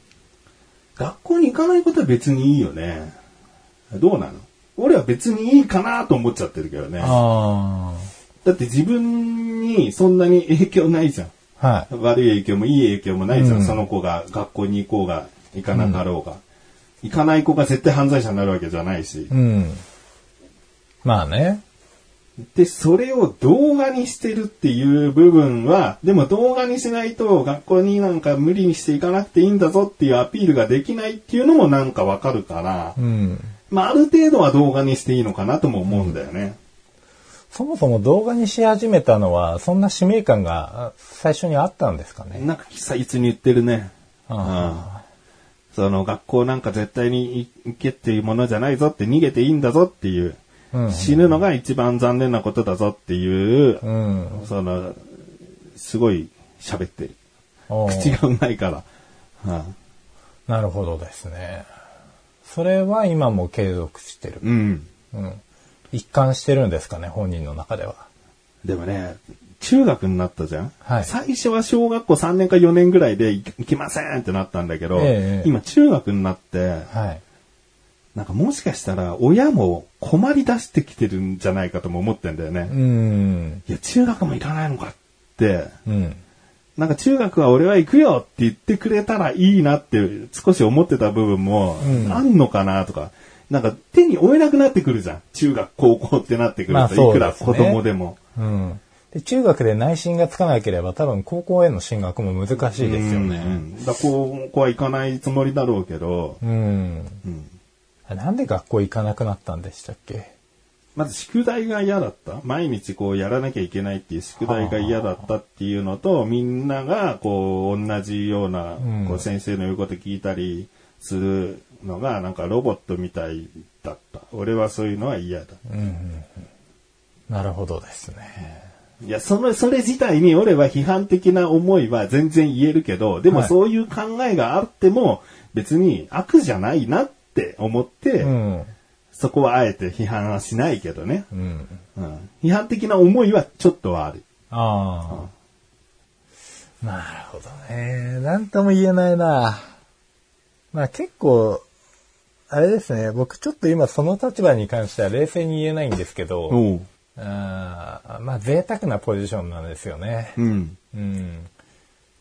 S2: 学校に行かないことは別にいいよね。どうなの俺は別にいいかなと思っちゃってるけどね。
S1: あ
S2: だって自分にそんなに影響ないじゃん。
S1: あ。はい。
S2: 悪い影響もいい影響もないじゃん、
S1: うん
S2: その子が学校に行こうが行かなかろうが、行かない子が絶対犯罪者になるわけじゃないし、
S1: うん。まあね。
S2: でそれを動画にしてるっていう部分はでも動画にしないと学校になんか無理にして行かなくていいんだぞっていうアピールができないっていうのもなんかわかるから、
S1: うん。
S2: まあ、ある程度は動画にしていいのかなとも思うんだよね、
S1: そもそも動画にし始めたのは、そんな使命感があ最初にあったんですかね。
S2: なんか最初に言ってるね
S1: あ
S2: うんその学校なんか絶対に行けっていうものじゃないぞって逃げていいんだぞっていう、
S1: うん
S2: 死ぬのが一番残念なことだぞっていう、
S1: うん。
S2: その、すごい喋ってる。
S1: おう
S2: 口がうまいから。
S1: なるほどですね。それは今も継続してる。
S2: うん。うん
S1: うん。一貫してるんですかね、本人の中では。
S2: でもね、中学になったじゃん、
S1: はい
S2: 最初は小学校3年か4年ぐらいで行行きませんってなったんだけど、
S1: ええ
S2: 今中学になって、
S1: はい。
S2: なんかもしかしたら親も困り出してきてるんじゃないかとも思ってんだよね。
S1: うん。
S2: いや、中学も行かないのかって、
S1: うん。
S2: なんか中学は俺は行くよって言ってくれたらいいなって少し思ってた部分も
S1: うん
S2: あんのかなとか、なんか手に負えなくなってくるじゃん。中学、高校ってなってくると、
S1: まあそう
S2: いく
S1: で
S2: ら
S1: すね
S2: 子供でも。
S1: うん。で、中学で内心がつかなければ、多分高校への進学も難しいですよ
S2: う
S1: ね。
S2: んだから高校は行かないつもりだろうけど、
S1: うん。
S2: うん
S1: なんで学校行かなくなったんでしたっけ
S2: まず宿題が嫌だった。毎日こうやらなきゃいけないっていう宿題が嫌だったっていうのと、みんながこう同じような
S1: うん
S2: こう先生の言うこと聞いたりするのがなんかロボットみたいだった。俺はそういうのは嫌だ。
S1: なるほどですね。
S2: いや、その、それ自体に俺は批判的な思いは全然言えるけど、でも
S1: はい
S2: そういう考えがあっても別に悪じゃないなって思って、
S1: うん。
S2: そこはあえて批判はしないけどね。
S1: うん。
S2: うん、批判的な思いはちょっとはある。
S1: ああ。なるほどね。なんとも言えないな。まあ結構、あれですね。僕ちょっと今その立場に関しては冷静に言えないんですけど、
S2: おう
S1: あーまあ贅沢なポジションなんですよね。
S2: うん。
S1: うん。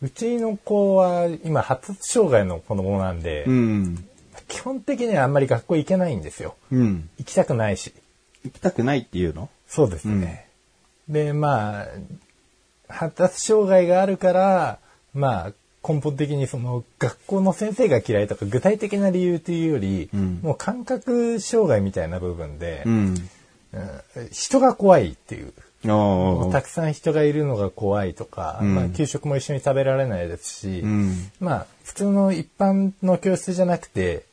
S1: うちの子は今発達障害の子供なんで、
S2: うん。
S1: 基本的にはあんまり学校行けないんですよ。
S2: うん。
S1: 行きたくないし。
S2: 行きたくないっていうの
S1: そうですね。で、まあ、発達障害があるから、まあ、根本的にその学校の先生が嫌いとか具体的な理由というより、
S2: うん
S1: もう感覚障害みたいな部分で、
S2: ん。
S1: うん人が怖いっていう。
S2: あ
S1: たくさん人がいるのが怖いとか、
S2: うん
S1: まあ、給食も一緒に食べられないですし、
S2: うん。
S1: まあ、普通の一般の教室じゃなくて、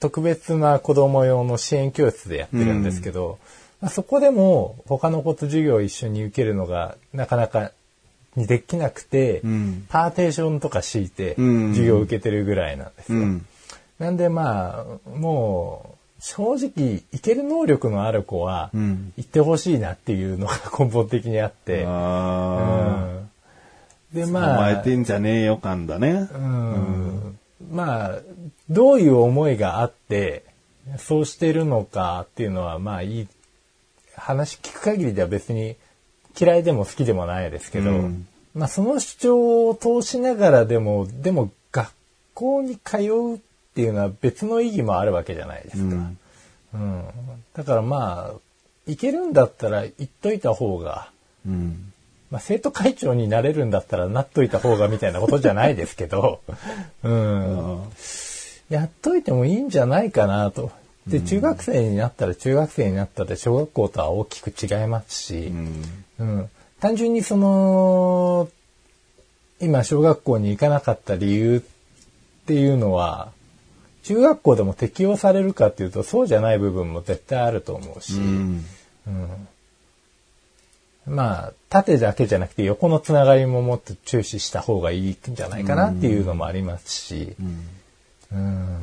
S1: 特別な子供用の支援教室でやってるんですけど、まあ、そこでも他の子と授業を一緒に受けるのがなかなかできなくて、
S2: うん
S1: パーテーションとか敷いて
S2: うん
S1: 授業を受けてるぐらいなんです
S2: う
S1: よ。
S2: ん。
S1: なんでまあ、もう、正直、いける能力のある子は、
S2: うん
S1: 行ってほしいなっていうのが根本的にあって。う
S2: あ
S1: ん、で、
S2: あ。
S1: ま
S2: 甘え
S1: あ、
S2: てんじゃねえよ感だね。
S1: うん、まあ、どういう思いがあって、そうしてるのかっていうのは、まあいい、話聞く限りでは別に嫌いでも好きでもないですけど、
S2: うん
S1: まあその主張を通しながらでも、でも学校に通うっていうのは別の意義もあるわけじゃないですか。
S2: うん
S1: うんだからまあ、行けるんだったら行っといた方が、
S2: うん。
S1: まあ、生徒会長になれるんだったらなっといた方がみたいなことじゃないですけ *laughs* ど、うん、
S2: あ
S1: やっといてもいいんじゃないかなと。で、中学生になったら中学生になったで小学校とは大きく違います
S2: ー
S1: しう
S2: う、ん。
S1: ん、単純にその、今小学校に行かなかった理由っていうのは、中学校でも適用されるかっていうとそうじゃない部分も絶対あると思うし、
S2: うん。
S1: まあ、縦だけじゃなくて横のつながりももっと注視した方がいいんじゃないかなっていうのもありますし、うん、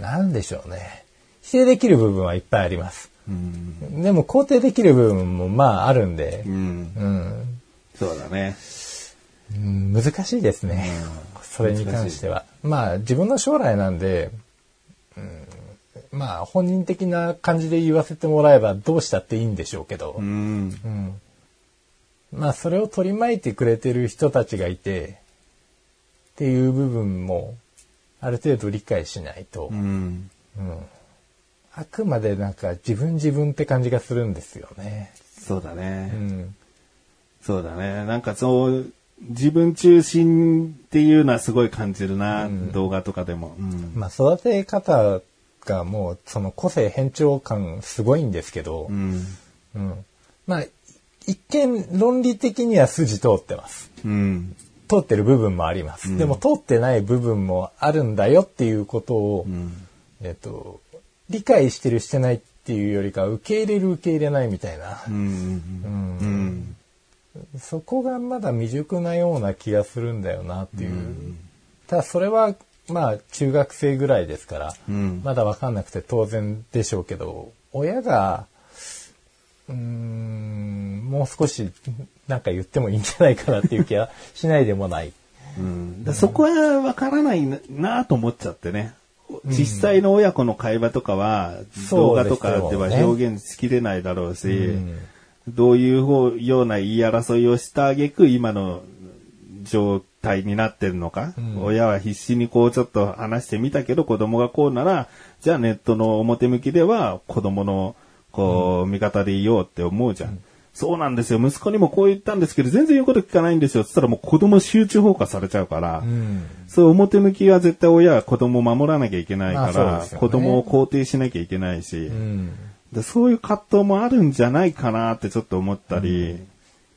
S1: なんでしょうね。否定できる部分はいっぱいあります。
S2: うん。
S1: でも肯定できる部分もまああるんで
S2: う、
S1: う
S2: ん。
S1: ん、
S2: そうだね。
S1: うん難しいですね。それに関しては。まあ自分の将来なんで、うん、まあ本人的な感じで言わせてもらえばどうしたっていいんでしょうけど、
S2: うん。
S1: うんまあそれを取り巻いてくれてる人たちがいてっていう部分もある程度理解しないと、
S2: うん。
S1: あくまでなんか自分自分って感じがするんですよね。
S2: そうだね。
S1: うん、
S2: そうだね。なんかそう、自分中心っていうのはすごい感じるな、動画とかでも。うん。
S1: まあ育て方がもうその個性変調感すごいんですけど、
S2: うん。
S1: うんまあ一見論理的には筋通ってます。
S2: うん。
S1: 通ってる部分もあります、でも通ってない部分もあるんだよっていうことを、えっと理解してるしてないっていうよりか受け入れる受け入れないみたいな
S2: う、ん。うん。
S1: そこがまだ未熟なような気がするんだよなっていう、ただそれはまあ中学生ぐらいですから、
S2: うん
S1: まだ分かんなくて当然でしょうけど親がうーんもう少しなんか言ってもいいんじゃないかなっていう気はしないでもない。
S2: うんだそこはわからないななと思っちゃってね。実際の親子の会話とかは、動
S1: そう
S2: 画
S1: ですよね
S2: とかでは表現しきれないだろうし、どういう方ような言い争いをした挙句今の状態になってるのか、親は必死にこうちょっと話してみたけど子供がこうなら、じゃあネットの表向きでは子供のこう、味方でいようって思うじゃん。そうなんですよ。息子にもこう言ったんですけど、全然言うこと聞かないんですよ。つったらもう子供集中放火されちゃうから、そう表向きは絶対親は子供を守らなきゃいけないか
S1: まあそう
S2: ら、
S1: ですよね
S2: 子供を肯定しなきゃいけないし、
S1: うん
S2: でそういう葛藤もあるんじゃないかなってちょっと思ったり、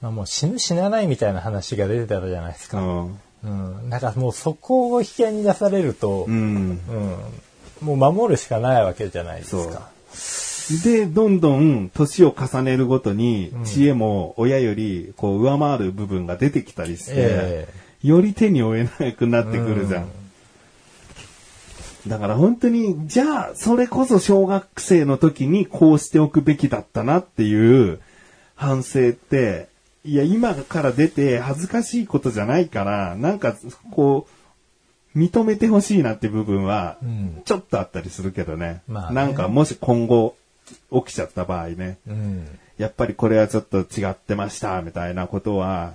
S1: まあ、もう死ぬ死なないみたいな話が出てたじゃないです
S2: う
S1: か。
S2: ん。
S1: うん、なんかもうそこを引き合いに出されると、
S2: う
S1: うん
S2: ん。
S1: もう守るしかないわけじゃないです
S2: そう
S1: か。。
S2: で、どんどん年を重ねるごとに、知恵も親よりこう上回る部分が出てきたりして、
S1: え
S2: より手に負えなくなってくるじゃん。だから本当に、じゃあ、それこそ小学生の時にこうしておくべきだったなっていう反省って、いや、今から出て恥ずかしいことじゃないから、なんか、こう、認めてほしいなって部分は
S1: ん、
S2: ちょっとあったりするけどね。
S1: まあね
S2: なんか、もし今後、起きちゃった場合ね。
S1: うん。
S2: やっぱりこれはちょっと違ってました、みたいなことは、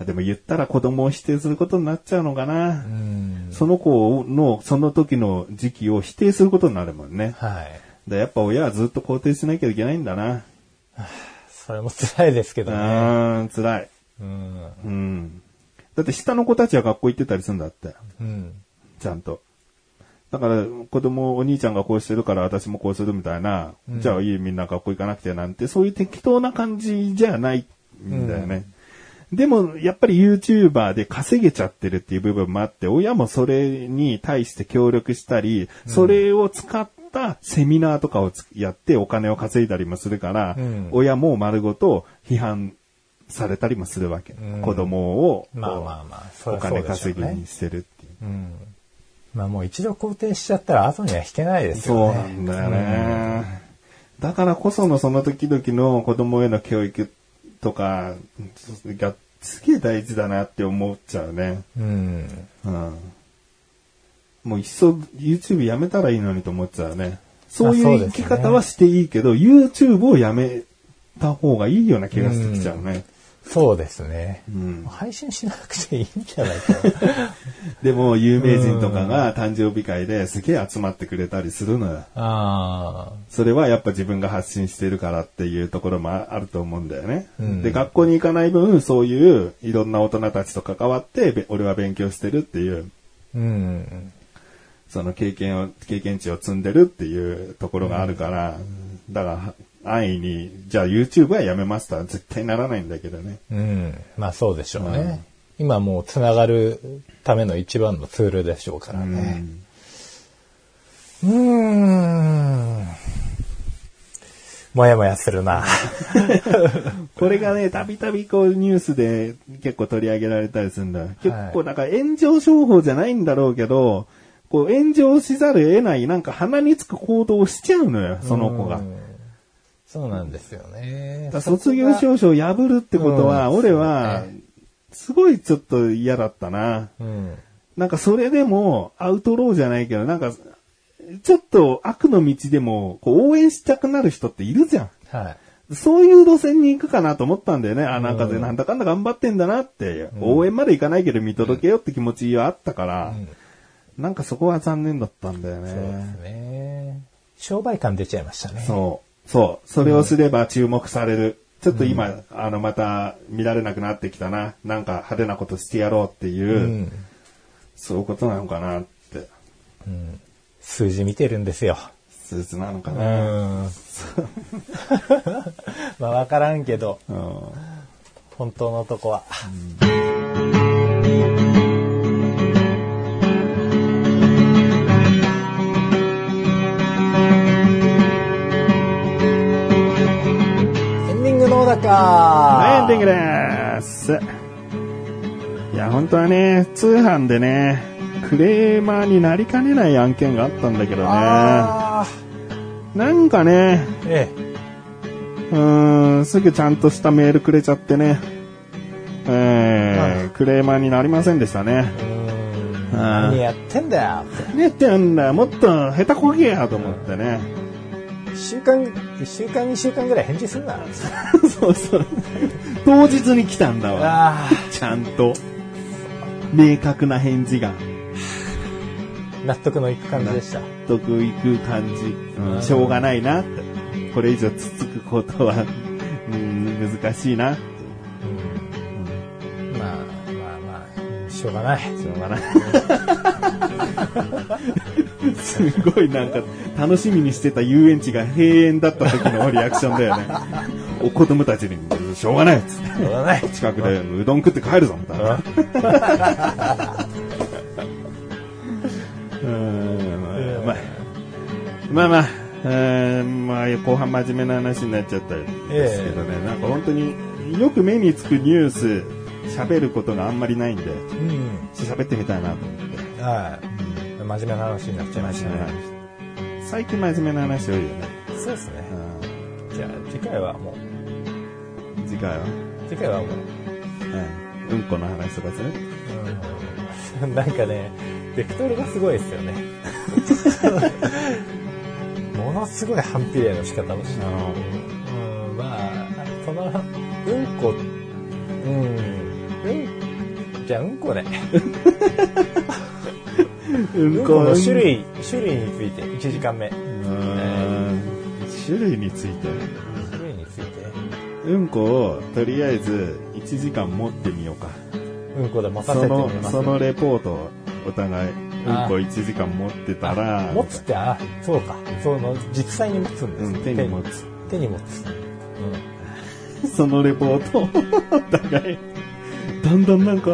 S2: でも言ったら子供を否定することになっちゃうのかな。
S1: うん。
S2: その子の、その時の時期を否定することになるもんね。
S1: はい。
S2: でやっぱ親はずっと肯定しなきゃいけないんだな。
S1: それも辛いですけ
S2: う
S1: どね。
S2: ーん、辛い。
S1: うん。
S2: うん。だって下の子たちは学校行ってたりするんだって。
S1: うん。
S2: ちゃんと。だから、子供、お兄ちゃんがこうしてるから私もこうするみたいな、じゃあいいみんな学校行かなくてなんて、そういう適当な感じじゃないんだよね。でも、やっぱり YouTuber で稼げちゃってるっていう部分もあって、親もそれに対して協力したり、それを使ったセミナーとかをつやってお金を稼いだりもするから、
S1: うん
S2: 親も丸ごと批判されたりもするわけ。
S1: うん
S2: 子供をこう、
S1: まあまあまあそり
S2: お
S1: ゃそう
S2: 金
S1: でしょうね
S2: 稼ぎにしてるっていう。
S1: うん。まあもう一度肯定しちゃったら後には引けないです
S2: そう
S1: よ
S2: な
S1: ね。
S2: んだよね。だからこそのその時々の子供への教育とか、がすげえ大事だなって思っちゃうね。
S1: うん。
S2: うん。もういっそ YouTube やめたらいいのにと思っちゃうね。そうい
S1: あそう
S2: う
S1: で
S2: 生
S1: すね
S2: き方はしていいけど、YouTube をやめた方がいいような気がしてきちゃうね。
S1: そうですね。
S2: うん
S1: 配信しなくていいんじゃない *laughs* かな。
S2: でも、有名人とかが誕生日会ですげえ集まってくれたりするのよ。
S1: あ
S2: それはやっぱ自分が発信してるからっていうところもああると思うんだよね。
S1: うん
S2: で、学校に行かない分、そういういろんな大人たちと関わって、べ俺は勉強してるってい
S1: あ。
S2: う、
S1: うん。
S2: その経験を、経験値を積んでるっていうところがあるから、だから、安易に、じゃあ YouTube はやめますとは絶対ならないんだけどね。
S1: うん。まあそうでしょうね。今もうつながるための一番のツールでしょうからね。うーん。もやもやするな。
S2: これがね、たびたびこうニュースで結構取り上げられたりするんだよ。結構だから炎上商法じゃないんだろうけど、こう炎上しざるを得ない、なんか鼻につく行動をしちゃうのよ、その子が。
S1: うんそうなんですよね
S2: だから。卒業証書を破るってことは、
S1: うん
S2: 俺は、すごいちょっと嫌だったな。
S1: うん。
S2: なんかそれでも、アウトローじゃないけど、なんか、ちょっと悪の道でも、こう応援したくなる人っているじゃん。
S1: はい。
S2: そういう路線に行くかなと思ったんだよね。あ、なんかで、なんだかんだ頑張ってんだなって、応援まで行かないけど見届けようって気持ちはあったから、なんかそこは残念だったんだよ
S1: そうで
S2: ね。
S1: すね。商売感出ちゃいましたね。
S2: そう。そう。それをすれば注目される。ちょっと今、あの、また見られなくなってきたな。なんか派手なことしてやろうっていう、
S1: うん。
S2: そういうことなのかなって。
S1: 数字見てるんですよ。
S2: 数字なのか
S1: うん。
S2: な。
S1: ま *laughs* あわからんけど、
S2: うん
S1: 本当のとこは。エンディングの小高
S2: はい、エ
S1: は
S2: ンディングです。いや、本当はね、通販でね、クレーマーになりかねない案件があったんだけどね。な
S1: あ
S2: んかね、
S1: ーえ
S2: うーん、すぐちゃんとしたメールくれちゃってね。えークレーマーになりませんでしたね。
S1: え。うーん。
S2: あー
S1: 何やってんだよって。
S2: 何やってんだもっと下手こぎやと思ってね。
S1: 1週間、1週間、2週間ぐらい返事すんな。
S2: そうそう。当日に来たんだわ。
S1: あ
S2: ちゃんと。明確な返事が。
S1: あ、納得のいく感じでした。
S2: 納得いく感じ、うん、しょうがないなってこれ以上つつくことは、 *laughs* うん、難しいな *laughs* って
S1: まあまあまあ、しょうがない。
S2: しょうがないすごいなんか楽しみにしてた遊園地が閉園だった時のリアクションだよ *laughs* ねお子供たちにうん「しょうがない」っつって
S1: しょうが
S2: *laughs*
S1: ない。
S2: 近くでうどん食って帰るぞみたいなうんまあまあまあ、えーまあ、後半真面目な話になっちゃったんですけどね、なんか本当によく目につくニュース、喋ることがあんまりないんで、ちょ
S1: うん。
S2: っと喋ってみたいなと思って。
S1: はい。真面目な話になっちゃいましたね。
S2: 最近真面目な話多いよね。
S1: そうですね。
S2: うん
S1: じゃあ次回はもう、
S2: 次回は、
S1: 次回はもう、
S2: うん、うんこの話とかする
S1: うん、 *laughs* なんかね、ベクトルがすごいですよね。 *laughs* ものすごい反比例の仕方をして
S2: あ
S1: うんまあ、その、うんこ、うん、うん、じゃあうんこで。うんこの種。類、種類について、1時間目。
S2: うん種類について。
S1: 種類について、
S2: うんこをとりあえず1時間持ってみようか。
S1: うんこで持たせ
S2: そ
S1: てみ
S2: の
S1: ま、す。
S2: そのレポートをお互い、うんこ1時間持ってたら、
S1: 持つって、あ、そうか。その、実際に持つんです。
S2: うん、手に持つ。
S1: 手に持つ。
S2: そのレポートを、 *laughs* お互い、だんだんなんか、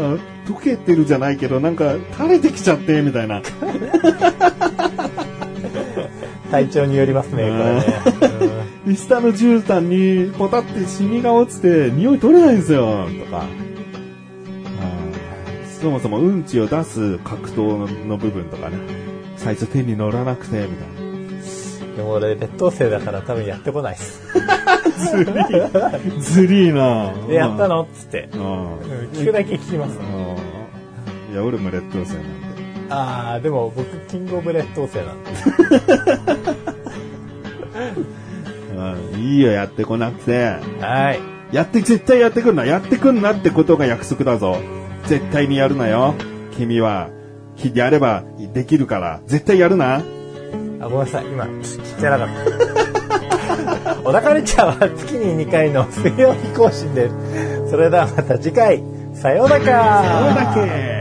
S2: 溶けてるじゃないけど、なんか、垂れてきちゃって、みたいな。
S1: 体調によりますね、これね。
S2: 下の絨毯に、ポタってシミが落ちて、匂い取れないんですよ、とか。あーそもそもうんちを出す格闘の部分とかね、最初手に乗らなくて、みたいな。
S1: でも俺、劣等生だから多分やってこないっす。
S2: ずりーなぁ
S1: で、やったのっつって。
S2: う
S1: うん
S2: んうん
S1: 聞くだけ聞きます。
S2: いや、俺も劣等生なんで。
S1: あー、でも僕、キングオブ劣等生なんで。
S2: うんいいよ、やってこなくて。
S1: はい。
S2: やって、絶対やってくんな。やってくんなってことが約束だぞ。絶対にやるなよ。君は、きやればできるから、絶対やるな。
S1: あ、ごめんなさい。今、聞聞けな
S2: *laughs*
S1: かった。小田カルチャーは月に2回の水曜日更新です。それではまた次回、さようなら
S2: そうだけ。